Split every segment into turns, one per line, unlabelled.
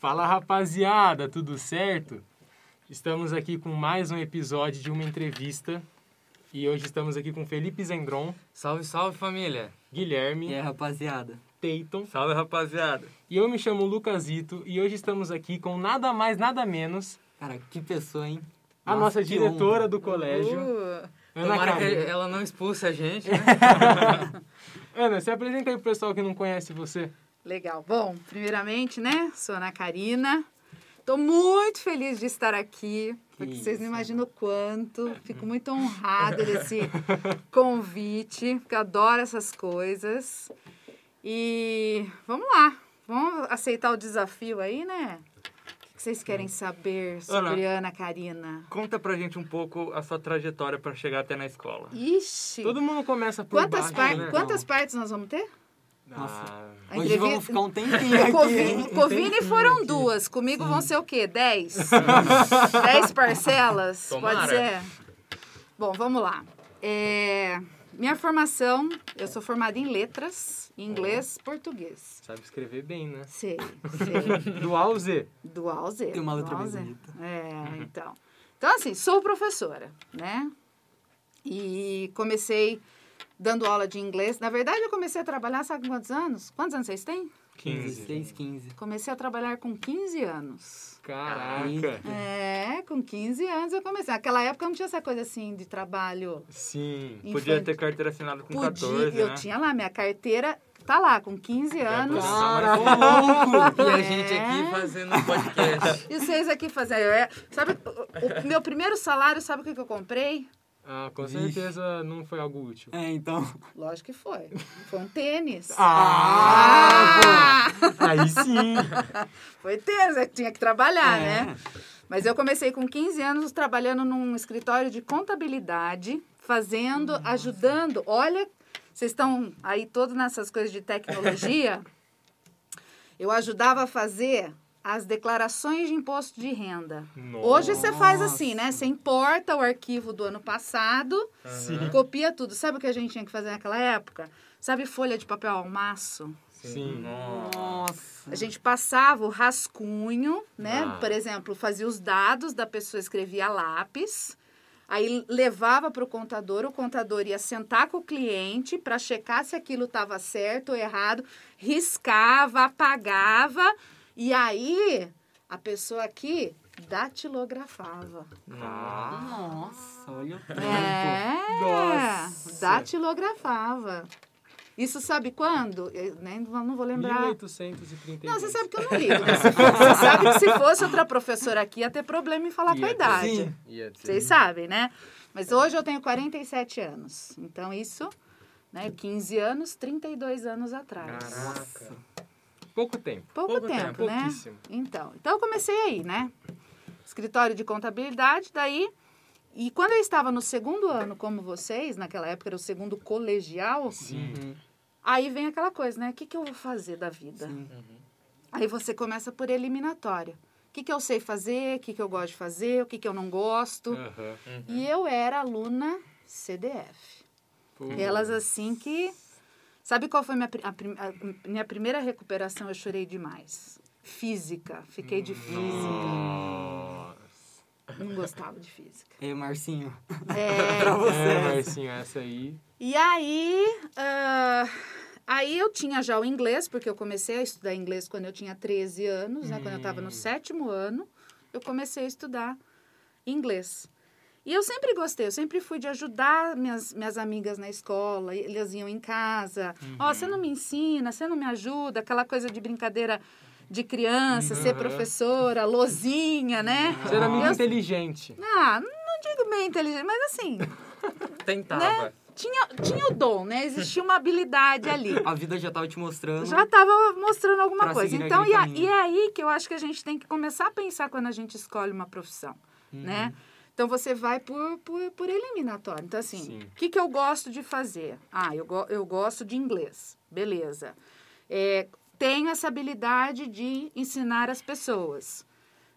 Fala rapaziada, tudo certo? Estamos aqui com mais um episódio de uma entrevista e hoje estamos aqui com Felipe Zendron,
Salve, salve família!
Guilherme,
E aí, rapaziada?
Teiton
Salve rapaziada!
e eu me chamo Lucasito e hoje estamos aqui com nada mais, nada menos
Cara, que pessoa, hein?
a nossa
que
diretora
honra.
do colégio,
Uh,
Ana
Tomara é que
Carolina.
ela não expulse a gente, né?
Ana, se apresenta aí pro pessoal que não conhece você.
legal. Bom, primeiramente, né? Sou Ana Karina. Tô muito feliz de estar aqui. Porque
Que
vocês não
isso.
imaginam o quanto. Fico muito honrada desse convite, porque eu adoro essas coisas. E vamos lá. Vamos aceitar o desafio aí, né? O que vocês querem saber sobre Ana Karina?
Conta pra gente um pouco a sua trajetória pra chegar até na escola.
Ixi!
Todo mundo começa por
Quantas,
baixo,
par-
né?
quantas partes nós vamos ter?
Ah,
Nossa.
A
Hoje
entrevista-
vamos ficar um tempinho aqui. hein?
Covini,
Um
Covini
tempinho
foram
aqui.
duas. Comigo vão ser o quê? Dez? Dez parcelas?
Tomara.
Pode ser? Bom, vamos lá. É, Minha formação, eu sou formada em letras, em inglês, português.
Sabe escrever bem, né?
Sei, sei.
Do A ao Z.
Do A ao Z.
Tem uma
do
letra
A ao
bem
Z.
bonita. Uhum.
É, então. Então, assim, sou professora, né? E comecei dando aula de inglês. Na verdade, eu comecei a trabalhar, sabe com quantos anos? Quantos anos vocês têm?
16, 15.
Comecei a trabalhar com 15 anos.
Caraca.
É, com 15 anos eu comecei. Naquela época não tinha essa coisa assim de trabalho.
Sim.
Podia
infantil.
ter carteira assinada com
Podia,
14,
eu
né?
tinha lá, minha carteira tá lá, com 15 anos. É.
Caraca.
louco!
E a gente aqui fazendo um podcast.
E vocês aqui fazendo. é, sabe, o, o meu primeiro salário, sabe o que, que eu comprei?
Ah, com
Vixe.
certeza não foi algo útil.
É, então.
Lógico que foi. Foi um tênis. Ah!
Aí sim.
Foi tênis, é que tinha que trabalhar,
É.
né? Mas eu comecei com 15 anos trabalhando num escritório de contabilidade, fazendo, ajudando. Olha, vocês estão aí todos nessas coisas de tecnologia. eu ajudava a fazer as declarações de imposto de renda. Hoje você faz assim, né? Você importa o arquivo do ano passado,
Sim.
copia tudo. Sabe o que a gente tinha que fazer naquela época? Sabe folha de papel ao maço?
Sim.
Nossa.
A gente passava o rascunho, né?
Ah.
Por exemplo, fazia os dados da pessoa, escrevia a lápis. Aí levava para o contador, o contador ia sentar com o cliente para checar se aquilo estava certo ou errado, riscava, apagava, e aí a pessoa aqui datilografava.
Nossa.
Nossa, olha o tempo.
É,
Nossa.
datilografava. Isso sabe quando? Eu nem, não vou lembrar.
1830.
Não, você sabe que eu não ligo. né? Se fosse- Você sabe que se fosse outra professora aqui, ia ter problema em falar com
Ia
a
ter.
idade.
Sim.
Ia ter.
Vocês sabem, né? Mas hoje eu tenho 47 anos. Então, isso, né? 15 anos, 32 anos atrás.
Caraca.
Pouco tempo.
Pouco,
pouco
tempo,
tempo,
né?
pouquíssimo.
Então, então eu comecei aí, né? Escritório de contabilidade, daí. E quando eu estava no segundo ano, como vocês, naquela época era o segundo colegial,
Sim.
aí vem aquela coisa, né? O que, que eu vou fazer da vida? Aí você começa por eliminatória. O que, que eu sei fazer, o que, que eu gosto de fazer, o que, que eu não gosto.
Aham.
E eu era aluna CDF.
Pô.
Elas assim que. Sabe qual foi minha, pri- a, prim- a minha primeira recuperação? Eu chorei demais. Física. Fiquei de física.
Nossa.
Não gostava de física.
Ei, Marcinho.
É,
Pra você.
É, Marcinho, essa aí.
E aí, ah, aí eu tinha já o inglês, porque eu comecei a estudar inglês quando eu tinha 13 anos, né? Quando eu estava no sétimo ano, eu comecei a estudar inglês. E eu sempre gostei, eu sempre fui de ajudar minhas, minhas amigas na escola, e elas iam em casa. Ó, você não me ensina, você não me ajuda, aquela coisa de brincadeira de criança, ser
Uhum.
professora, lozinha, né?
Você era amigo
Eu-
inteligente.
Ah, não digo bem inteligente, mas assim,
Tentava.
tinha, tinha o dom, né? Existia uma habilidade ali.
A vida já tava te mostrando.
Já estava mostrando alguma
Pra
coisa.
seguir
Então,
naquele
e, a-
caminho.
e é aí que eu acho que a gente tem que começar a pensar quando a gente escolhe uma profissão,
Uhum.
né? Então, você vai por, por, por eliminatório. Então, assim,
Sim.
o que, que eu gosto de fazer? Ah, eu, go- eu gosto de inglês. Beleza. É, tenho essa habilidade de ensinar as pessoas,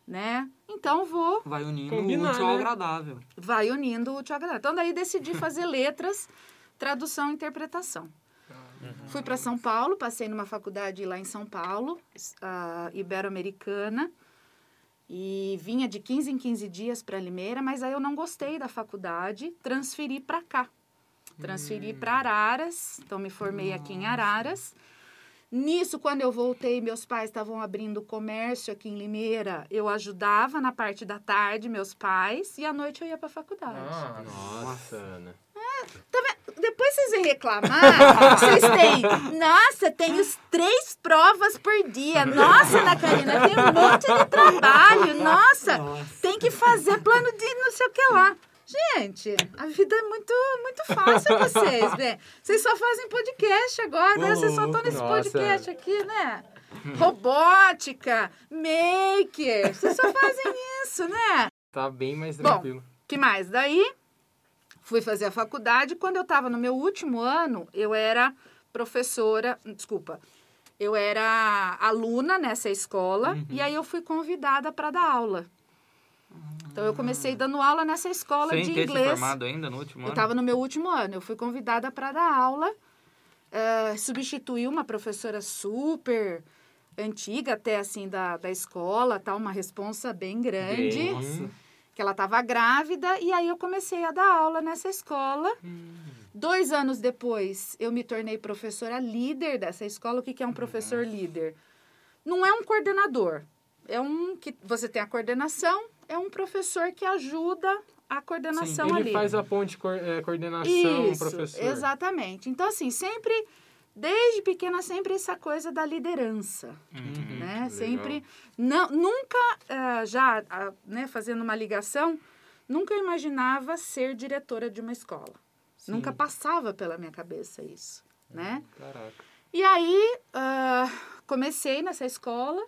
né? Então, vou
Vai unindo
Combinar,
o útil ao
né?
agradável.
vai unindo o útil ao agradável. Então, daí decidi fazer letras, tradução e interpretação. Fui para São Paulo, passei numa faculdade lá em São Paulo, a Ibero-Americana. E vinha de 15 em 15 dias para Limeira, mas aí eu não gostei da faculdade, transferi para cá. Transferi para Araras, então me formei aqui em Araras. Nisso, quando eu voltei, meus pais estavam abrindo comércio aqui em Limeira. Eu ajudava na parte da tarde, meus pais, e à noite eu ia para a faculdade.
Ah,
Nossa, Ana.
Depois vocês vêm reclamar, vocês têm. Nossa, tenho os três provas por dia. Nossa, Ana Karina, tem um monte de trabalho. Nossa, tem que fazer plano de não sei o que lá. Gente, a vida é muito, muito fácil pra vocês, né? Vocês só fazem podcast agora, né? Vocês só estão nesse
Nossa.
podcast aqui, né? Robótica, maker, vocês só fazem isso, né?
Tá bem mais
Bom,
tranquilo.
que mais? Daí, fui fazer a faculdade. Quando eu estava no meu último ano, eu era professora, desculpa, eu era aluna nessa escola
Uhum.
e aí eu fui convidada para dar aula. Então, eu comecei dando aula nessa escola
sem
de
ter
inglês.
se formado ainda no último
Eu
ano?
estava no meu último ano, eu fui convidada para dar aula, eh, substituí uma professora super antiga até assim da, da escola, tal, uma responsa bem grande
Bem,
que ela estava grávida e aí eu comecei a dar aula nessa escola.
Hum.
Dois anos depois, eu me tornei professora líder dessa escola. O que, que é um professor líder? Não é um coordenador, é um que você tem a coordenação, é um professor que ajuda a coordenação
ele
ali.
faz a ponte co eh, coordenação,
Isso,
professor.
exatamente. Então, assim, sempre, desde pequena, sempre essa coisa da liderança,
Uhum,
né? Sempre, não, nunca, ah, já, ah, né, fazendo uma ligação, nunca eu imaginava ser diretora de uma escola. Nunca passava pela minha cabeça isso, né?
Caraca.
E aí, ah, comecei nessa escola.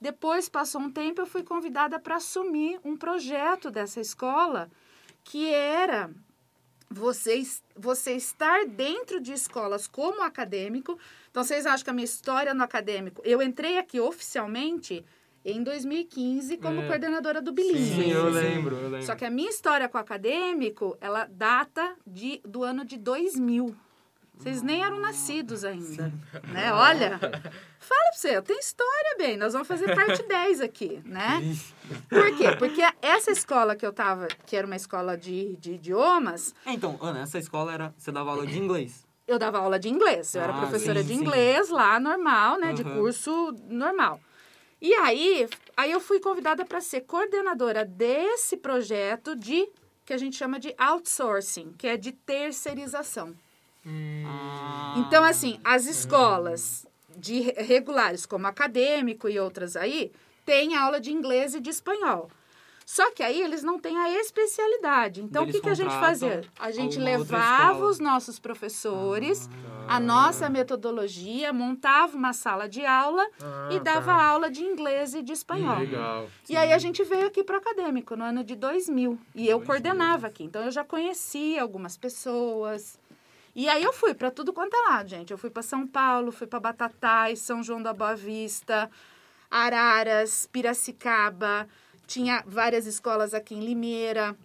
Depois, passou um tempo, eu fui convidada para assumir um projeto dessa escola, que era você, es- você estar dentro de escolas como acadêmico. Então, vocês acham que a minha história no acadêmico... Eu entrei aqui oficialmente em 2015 como
É.
coordenadora do Bilingue.
Sim, eu
sim.
lembro, eu lembro.
Só que a minha história com o acadêmico, ela data de, do ano de 2000. Vocês nem eram nascidos ainda, né? Olha, fala pra você, eu tenho história, bem, nós vamos fazer parte 10 aqui, né? Por quê? Porque essa escola que eu tava, que era uma escola de, de idiomas,
É, então, Ana, essa escola era. Você dava aula de inglês?
eu dava aula de inglês. Eu era
Ah,
professora
sim,
de
sim.
inglês lá, normal, né? De
Aham.
curso normal. E aí, aí eu fui convidada para ser coordenadora desse projeto de que a gente chama de outsourcing, que é de terceirização.
Ah,
Então, assim, as escolas de re- regulares, como acadêmico e outras aí, têm aula de inglês e de espanhol. Só que aí eles não têm a especialidade. Então, o
Eles
que, que a gente
contratam
fazia? A gente
alguma outra
levava
escola. Ah, tá.
os nossos professores, a nossa metodologia, montava uma sala de aula
Ah,
e dava
tá.
aula de inglês e de espanhol.
Legal.
E aí a gente veio aqui para o acadêmico no ano de 2000 e eu coordenava aqui. Então eu já conhecia algumas pessoas. E aí eu fui para tudo quanto é lado, gente. Eu fui para São Paulo, fui para Batatais, São João da Boa Vista, Araras, Piracicaba, tinha várias escolas aqui em Limeira,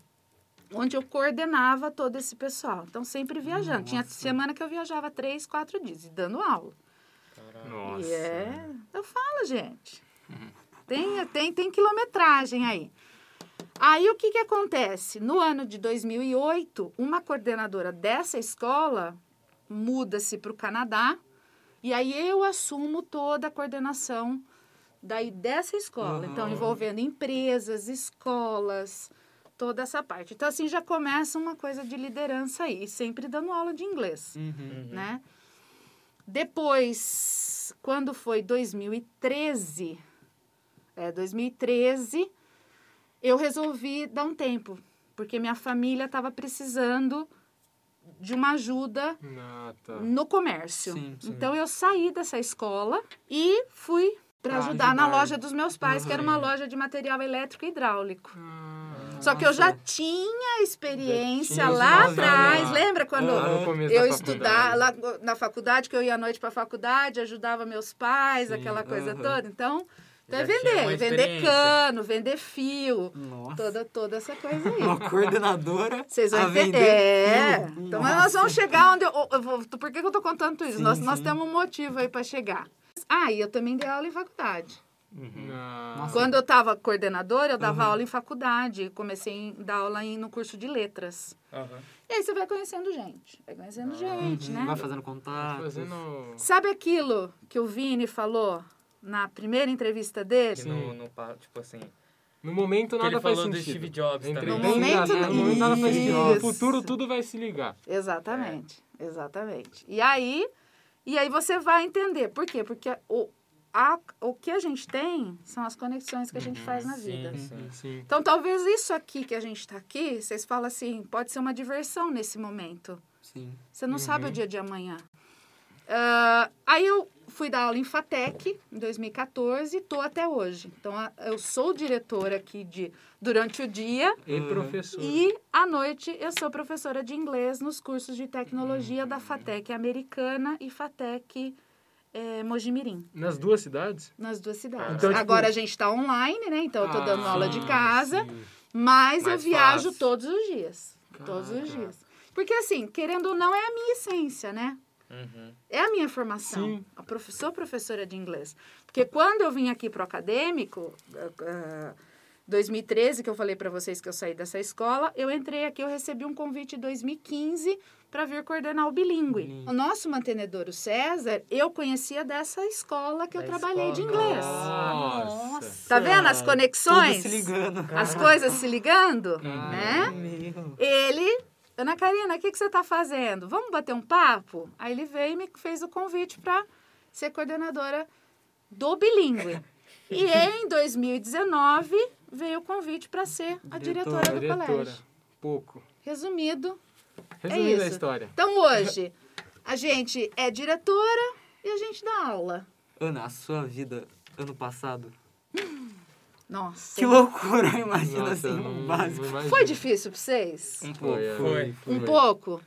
onde eu coordenava todo esse pessoal. Então sempre viajando. Tinha semana que eu viajava três, quatro dias e dando aula.
Nossa.
E é. Eu falo, gente. Tem, tem, tem quilometragem aí. Aí o que, que acontece? No ano de 2008, uma coordenadora dessa escola muda-se para o Canadá e aí eu assumo toda a coordenação daí dessa escola. Então,
Aham.
envolvendo empresas, escolas, toda essa parte. Então, assim, já começa uma coisa de liderança aí, sempre dando aula de inglês
Uhum.
né? Depois, quando foi 2013, é, 2013, eu resolvi dar um tempo, porque minha família estava precisando de uma ajuda
Ah, tá.
no comércio.
Sim, sim.
Então eu saí dessa escola e fui para
Pra
ajudar na
ajudar.
loja dos meus pais, que era uma loja de material elétrico e hidráulico. Só que eu já tinha experiência
Já tinha
lá
os
atrás.
nomes lá.
Lembra quando
Lá no começo
eu
da
estudava
faculdade.
lá na faculdade, que eu ia à noite para a faculdade, ajudava meus pais,
Sim,
aquela coisa
aham.
toda. Então,
Já
Então é
tinha uma
vender, vender
experiência.
cano, vender fio,
Nossa.
toda, toda essa coisa aí.
Uma coordenadora
Vocês
a
vão
vender.
entender. É.
fio.
Então
Nossa.
nós vamos chegar onde eu, eu vou- Por que, que eu tô contando tudo isso?
Sim,
nós, nós
sim.
temos um motivo aí para chegar. Ah, e eu também dei aula em faculdade. Uhum.
Nossa.
Quando eu estava coordenadora, eu dava aula em faculdade. Comecei a dar aula em, no curso de letras.
Aham.
E aí você vai conhecendo gente. Vai
Ah,
conhecendo gente, né?
Vai fazendo contato.
Fazendo...
Sabe aquilo que o Vini falou na primeira entrevista
Que
dele?
no, no pa- tipo assim.
No momento
Que
nada
ele
faz
falou do
sentido.
Steve Jobs
Entre
também.
No
bem e
momento
mal, né?
não-
No momento nada faz sentido. No
Isso.
futuro tudo vai se ligar.
Exatamente, exatamente. E aí, e aí você vai entender. Por quê? Porque o, a, o que a gente tem são as conexões que a gente faz na vida.
Uhum, Sim.
Sim.
Então, talvez isso aqui que a gente está aqui, vocês falam assim, pode ser uma diversão nesse momento.
Sim.
Você não sabe o dia de amanhã. Ah, aí eu fui dar aula em FATEC em 2014 e estou até hoje. Então, a- eu sou diretora aqui de durante o dia
E professor.
e à noite eu sou professora de inglês nos cursos de tecnologia
Uhum.
da FATEC americana e FATEC eh, Mogi Mirim,
Nas duas cidades?
nas duas cidades.
Então, tipo-
Agora a gente está online, né? Então eu tô dando
Ah,
aula de casa,
sim.
mas eu
Mais
viajo
fácil.
todos os dias. Todos os dias. Porque assim, querendo ou não, é a minha essência, né?
Uhum.
É a minha formação.
Sim.
A profe- sou professora de inglês. Porque quando eu vim aqui para o acadêmico, eh, eh, 2013, que eu falei para vocês que eu saí dessa escola, eu entrei aqui, eu recebi um convite em 2015 para vir coordenar o bilíngue. O nosso mantenedor, o César, eu conhecia dessa escola que eu
Da
trabalhei de
escola.
inglês.
Nossa.
Tá vendo as
Tudo
conexões?
se ligando.
As coisas se ligando, né?
Meu.
Ele, Ana Karina, o que, que você está fazendo? Vamos bater um papo? Aí ele veio e me fez o convite para ser coordenadora do bilíngue. E em 2019 veio o convite para ser a diretora, do
Diretora.
colégio.
Pouco.
Resumido.
Resumindo a
isso.
história.
Então hoje a gente é diretora e a gente dá aula.
Ana, a sua vida ano passado.
Nossa.
Que loucura, imagina
Nossa,
assim,
não-
o básico.
não imagino.
Foi difícil para vocês?
Um pouco.
Foi, é.
Foi.
Um pouco?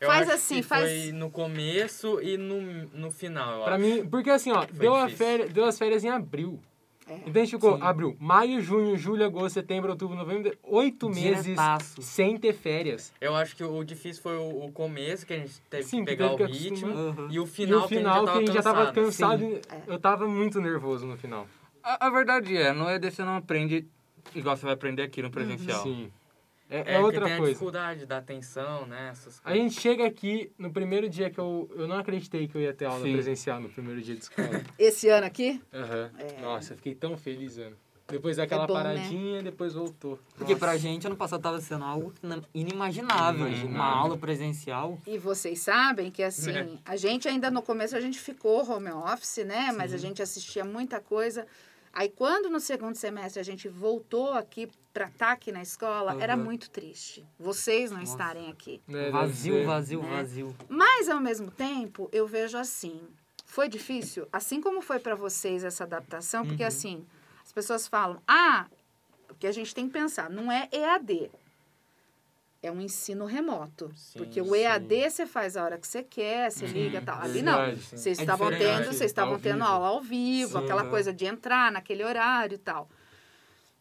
Eu
Faz
acho
assim,
que
faz-
Foi no começo e no, no final, eu
Pra
acho.
mim, porque assim, ó, deu, a
difícil.
féri- deu as férias em abril.
É.
Então a gente ficou abril, maio, junho, julho, agosto, setembro, outubro, novembro, oito meses
Diretaço.
sem ter férias.
Eu acho que o difícil foi o, o começo, que a gente teve
Sim,
que
que
pegar
teve
o
que
ritmo.
acostumar.
Uhum.
Aham.
E o
E
final,
o final que a gente já tava cansado.
Sim.
e Eu tava muito nervoso no final.
A, a verdade é, não é desse você não aprende igual você vai aprender aqui no presencial.
Sim. É,
É,
é
que
outra
tem a
coisa.
dificuldade da atenção, né? Essas
A gente chega aqui no primeiro dia que eu. Eu não acreditei que eu ia ter aula
Sim.
presencial no primeiro dia de escola.
Esse ano aqui?
Aham. Nossa, eu fiquei tão feliz, Ana. Depois daquela
É. bom, né?
paradinha, depois voltou.
Porque pra gente, ano passado tava sendo algo ina- inimaginável. Uma
Inimaginável.
aula presencial.
E vocês sabem que,
É.
assim, a gente ainda no começo, a gente ficou home office, né? Mas a gente assistia muita coisa. Aí, quando no segundo semestre a gente voltou aqui para estar aqui na escola, era
Aham.
muito triste vocês não
Nossa.
estarem aqui.
Né, deve
Vazio,
ser.
vazio,
Né?
vazio.
Mas, ao mesmo tempo, eu vejo assim. Foi difícil? Assim como foi para vocês essa adaptação? Porque, assim, as pessoas falam, ah, porque a gente tem que pensar, não é EAD. É um ensino remoto.
Sim,
porque o
sim.
EAD você faz a hora que você quer, você liga e tal. Ali não.
Verdade.
Vocês
É
estavam
diferente,
tendo, vocês estavam
ao
tendo
vivo.
aula ao vivo,
Sim,
aquela
é.
coisa de entrar naquele horário e tal.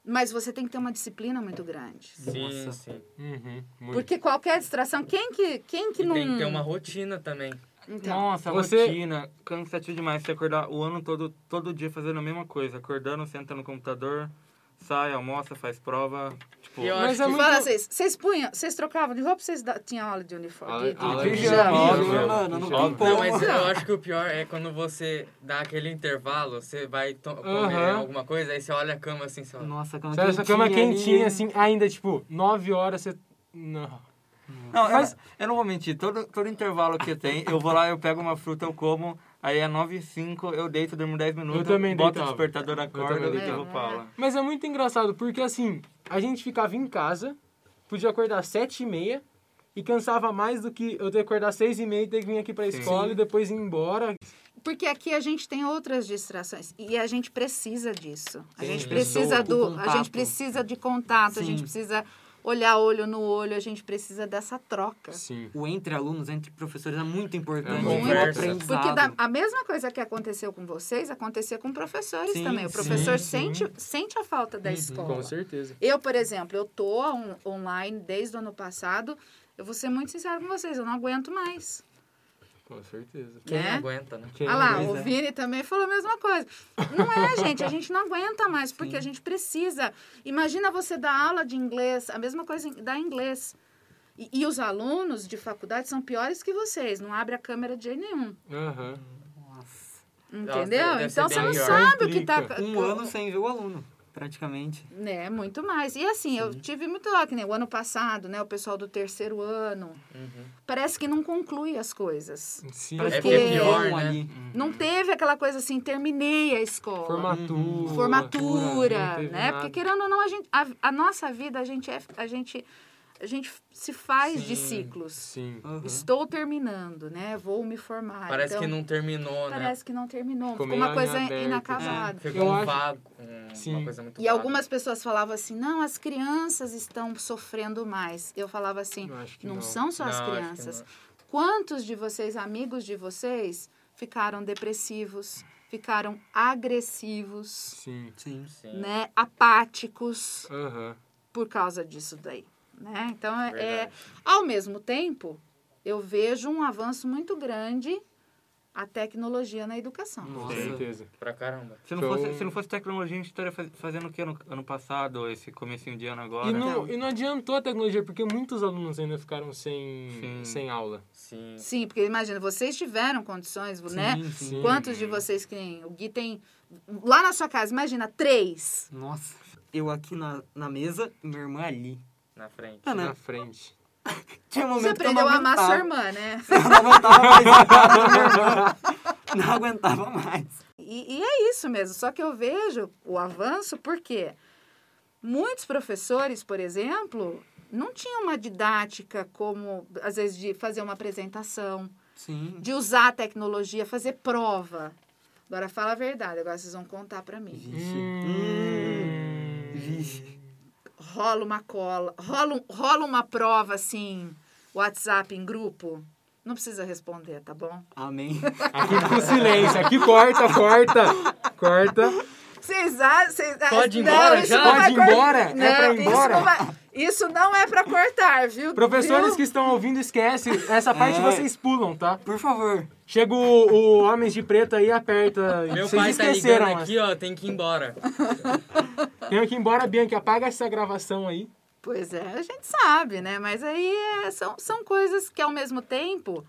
Mas você tem que ter uma disciplina muito grande.
Sim,
Nossa.
sim.
Uhum, muito.
Porque qualquer distração, quem que, quem que
E
não.
tem que ter uma rotina também.
Então,
Nossa, a
Você-
rotina. Cansativo demais você acordar o ano todo, todo dia fazendo a mesma coisa. Acordando, senta no computador, sai, almoça, faz prova. Tipo,
E eu
Mas
acho
é
que
muito-
Fala, vocês, vocês punham, vocês trocavam de roupa, vocês da- tinham aula de uniforme? de- de-
Aula
de
de
pijama?
pijama.
é Óbvio, mano,
é
não tem
Óbvio.
como.
Não, mas eu acho que o pior é quando você dá aquele intervalo, você vai to- comer
Aham.
alguma coisa, aí você olha a cama assim,
é-
você fala,
Nossa, a cama
Sabe, essa cama quentinha, assim, ainda, tipo, 9 horas você. Não.
Não, eu- eu, não vou mentir. Todo, todo intervalo que tem, eu vou lá, eu pego uma fruta, eu como. Aí é 9 e 5, eu deito, durmo 10 minutos.
Eu também
Boto o
deitava.
despertador, acordo
também
e eu
deitava.
vou pra aula.
Mas é muito engraçado, porque assim, a gente ficava em casa, podia acordar às 7h30 e cansava mais do que eu ter que acordar às 6h30 e ter que vir aqui pra escola e depois ir embora.
Porque aqui a gente tem outras distrações e a gente precisa disso. A
Sim,
gente
pessoa,
precisa
o
do, a
contato.
gente precisa de contato, a gente
Sim.
precisa olhar olho no olho, a gente precisa dessa troca.
Sim.
O entre alunos, entre professores é muito importante.
É
É um
conversa.
aprendizado.
Porque da- a mesma coisa que aconteceu com vocês, acontecer com professores
Sim,
também. O
sim,
professor
sim.
Sente, sente a falta
Uhum.
da escola.
Com certeza.
Eu, por exemplo, eu tô on- online desde o ano passado. Eu vou ser muito sincera com vocês, eu não aguento mais.
Com certeza.
Quem
né?
aguenta, né?
Quem
Olha lá,
diz,
o
né?
Vini também falou a mesma coisa. Não é, gente, a gente não aguenta mais, porque a gente precisa. Imagina você dar aula de inglês, a mesma coisa em- da inglês. E, e os alunos de faculdade são piores que vocês, não abre a câmera de jeito nenhum.
Aham.
Nossa.
Entendeu?
deve ser
então você
bem
não
pior.
sabe o que tá.
Complica.
Um ano sem ver o aluno, praticamente.
Né, muito mais. E assim, eu tive muito lá, que nem o ano passado, né? O pessoal do terceiro ano.
Uhum.
Parece que não conclui as coisas.
Sim.
Parece
É
que tem um
pior,
leão
né?
ali.
Não teve aquela coisa assim, terminei a escola.
Formatura.
Formatura,
não teve
né?
nada.
Porque querendo ou não, a, gente, a, a nossa vida, a gente, é, a gente, a gente se faz de
Sim.
ciclos.
Sim.
Aham.
Estou terminando, né? Vou me formar.
Parece
então,
que não terminou, né?
Parece que não terminou.
Ficou
Ficou uma
meio né?
coisa
em aberto,
inacabada.
Ficou
Eu
um
acho-
vago. um-
Sim.
Uma coisa muito
E algumas pessoas falavam assim, não, as crianças estão sofrendo mais. Eu falava assim,
Eu acho que
não,
não.
são só as crianças. Quantos de vocês, amigos de vocês, ficaram depressivos, ficaram agressivos,
Sim.
Sim.
né, apáticos
Aham.
por causa disso daí, né? Então, é,
Verdade.
ao mesmo tempo, eu vejo um avanço muito grande a tecnologia na educação.
Com
Nossa.
certeza.
Pra caramba.
Se não,
Então-
fosse, se não fosse tecnologia, a gente estaria faz- fazendo o que ano, ano passado, ou esse comecinho de ano agora?
E não,
Então.
e não adiantou a tecnologia, porque muitos alunos ainda ficaram sem,
Sim.
sem aula.
Sim.
Sim, porque imagina, vocês tiveram condições, né?
Sim, sim.
Sim.
Quantos de vocês que nem o Gui tem lá na sua casa? Imagina, três.
Nossa. Eu aqui na, na mesa, minha irmã ali.
Na frente.
né?
Mano,
Na frente.
tinha um
Você
momento que eu
aprendeu
não
a amar
aguentava.
sua irmã, né?
Eu não aguentava mais a cara da minha irmã. Não aguentava mais.
E, e é isso mesmo. Só que eu vejo o avanço porque muitos professores, por exemplo, não tinham uma didática como, às vezes, de fazer uma apresentação,
Sim.
de usar a tecnologia, fazer prova. Agora fala a verdade, agora vocês vão contar pra mim.
Vixe.
Hum.
Vixe.
rola uma cola, rola, um- rola uma prova assim, WhatsApp em grupo, não precisa responder, tá bom?
Amém.
Aqui ficou silêncio. Aqui corta, corta, corta.
Vocês acham. vocês-
Pode ir
não,
embora
isso
já?
não vai
Pode ir
cor-
embora? É
Não,
pra ir
isso
embora?
não vai- Isso não é pra cortar, viu?
Professores
Viu?
que estão ouvindo, esquece. Essa parte
É.
vocês pulam, tá?
Por favor.
Chega o, o Homens de Preto aí, aperta.
Ah,
Meu
vocês
pai tá
esqueceram.
ligando
essa.
aqui, ó, tem que ir embora.
Tenho que ir embora, Bianca. Apaga essa gravação aí.
Pois é, a gente sabe, né? Mas aí é- são, são coisas que, ao mesmo tempo,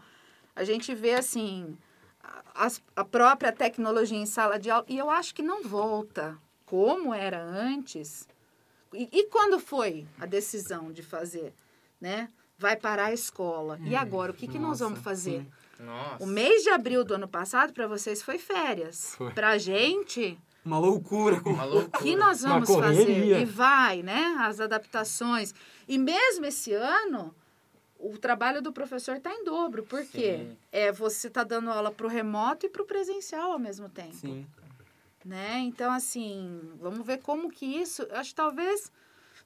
a gente vê assim, a, as- a própria tecnologia em sala de aula, e eu acho que não volta como era antes. E, e quando foi a decisão de fazer, né? Vai parar a escola.
Hum,
e agora, o que, que nós
nossa,
vamos fazer?
sim.
Nossa.
O mês de abril do ano passado, para vocês, foi férias.
Foi.
Pra gente,
Uma loucura. com-
tá Uma
o que
loucura.
nós
Uma
vamos
correria.
fazer? E vai, né? As adaptações. E mesmo esse ano, o trabalho do professor está em dobro. Por quê?
Sim.
É, você está dando aula para o remoto e para o presencial ao mesmo tempo.
Sim.
Né? Então, assim, vamos ver como que isso... Acho que talvez...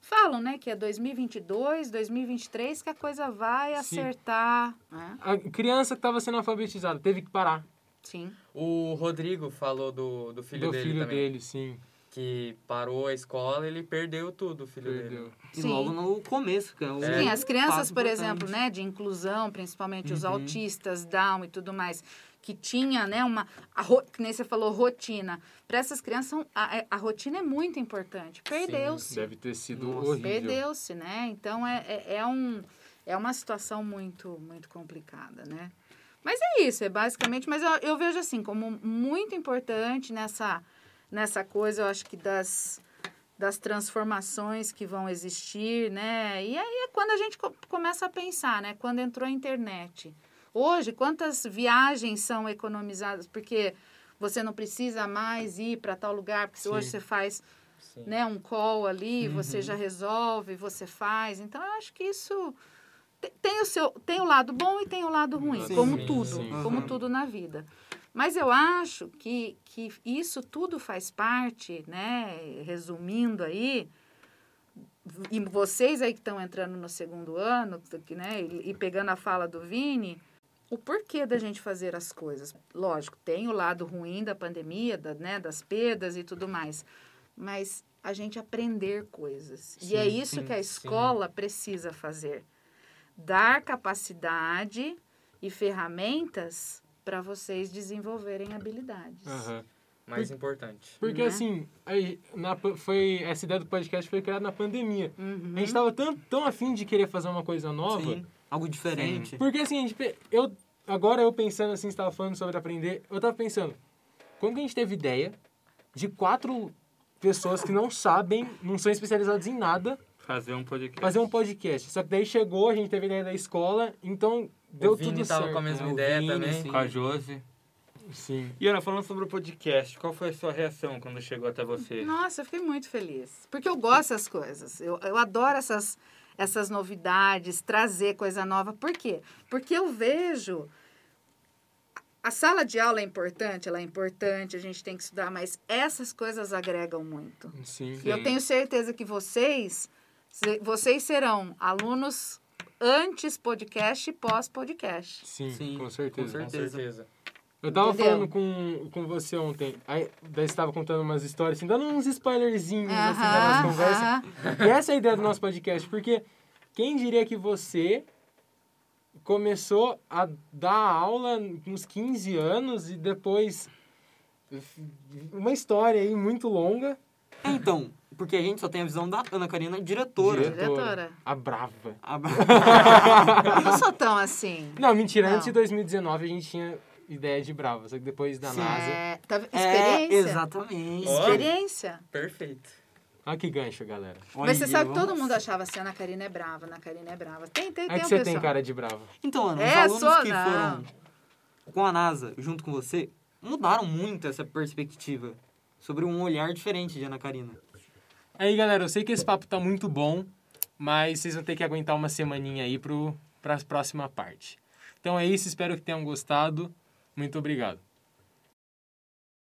Falam, né, que é 2022, 2023 que a coisa vai
Sim.
acertar, né?
A criança que estava sendo alfabetizada teve que parar.
Sim.
O Rodrigo falou do, do filho
do
dele
filho
também.
dele, sim.
Que parou a escola, ele perdeu tudo, o filho
Perdeu.
dele.
E
Sim. É.
logo no começo, cara. o-
Sim, as crianças,
Fato
por
Então, é importante.
exemplo, né, de inclusão, principalmente os
Uhum.
autistas, Down e tudo mais, que tinha, né, uma, a ro- que nem você falou, rotina. Para essas crianças, são- a, a rotina é muito importante. Perdeu-se.
Deve ter sido
Nossa.
horrível.
Perdeu-se, né? Então, é, é, é um, é uma situação muito, muito complicada, né? Mas é isso, é basicamente... Mas eu, eu vejo, assim, como muito importante nessa, nessa coisa, eu acho que das das transformações que vão existir, né? E aí é quando a gente co- começa a pensar, né? Quando entrou a internet. Hoje, quantas viagens são economizadas? Porque você não precisa mais ir para tal lugar, porque se hoje
Sim.
você faz
Sim.
né, um call ali, você já resolve, você faz. Então, eu acho que isso te- tem o seu tem o lado bom e tem o lado ruim,
Sim,
como
sim,
tudo,
sim.
como
Uhum.
tudo na vida. Mas eu acho que, que isso tudo faz parte, né, resumindo aí, e vocês aí que estão entrando no segundo ano, que, né, e, e pegando a fala do Vini, o porquê da gente fazer as coisas. Lógico, tem o lado ruim da pandemia, da, né, das perdas e tudo mais, mas a gente aprender coisas. e
Sim,
é isso
sim,
que
sim.
a escola precisa fazer. Dar capacidade e ferramentas para vocês desenvolverem habilidades.
Aham.
Mais importante.
Porque
Né?
assim, aí, na, pan- foi, essa ideia do podcast foi criada na pandemia.
Uhum.
A gente tava tão, tão afim de querer fazer uma coisa nova.
Sim. Algo diferente.
Porque assim, a gente, pe- eu, agora eu pensando assim, você tava falando sobre aprender, eu tava pensando, como que a gente teve ideia de quatro pessoas que não sabem, não são especializadas em nada,
Fazer um podcast.
fazer um podcast. Só que daí chegou, a gente teve a ideia da escola, então deu
o Vini
tudo
tava
certo. né?
com a mesma
né? O
ideia
Vini,
também.
sim.
Com a Josi.
Sim.
E Ana, falando sobre o podcast, qual foi a sua reação quando chegou até você?
Nossa, eu fiquei muito feliz. Porque eu gosto dessas coisas. Eu, eu adoro essas, essas novidades, trazer coisa nova. Por quê? Porque eu vejo. A sala de aula é importante, ela é importante, a gente tem que estudar, mas essas coisas agregam muito.
Sim.
E eu tenho certeza que vocês, se- vocês serão alunos antes podcast e pós podcast.
Sim,
Sim,
com certeza.
com
Com certeza.
Eu tava
Entendeu?
falando com, com você ontem, aí daí você tava contando umas histórias, assim, dando uns spoilerzinhos assim, da nossa conversa.
aham.
E essa é a ideia do nosso podcast, porque quem diria que você começou a dar aula nos 15 anos e depois uma história aí muito longa.
É, então, porque a gente só tem a visão da Ana Karina, diretora.
Dire- Diretora.
A brava.
A-
Eu não sou tão assim.
Não, mentira, antes de
Não.
2019 a gente tinha ideia de brava, só que depois da NASA.
É, tá-
É,
experiência.
exatamente.
Ó.
Experiência.
Perfeito.
Olha que gancho, galera.
Mas
Olha,
você sabe que todo
vamos-
mundo achava assim, a Ana Karina é brava, a Ana Karina é brava. Tem, tem,
É
tem
que
um
você
pessoal.
tem cara de brava.
Então, Ana, os
É,
alunos
sou,
que
não.
foram com a NASA junto com você mudaram muito essa perspectiva sobre um olhar diferente de Ana Karina.
É Aí, galera, eu sei que esse papo tá muito bom, mas vocês vão ter que aguentar uma semaninha aí pro, pra próxima parte. Então é isso, espero que tenham gostado. Muito obrigado.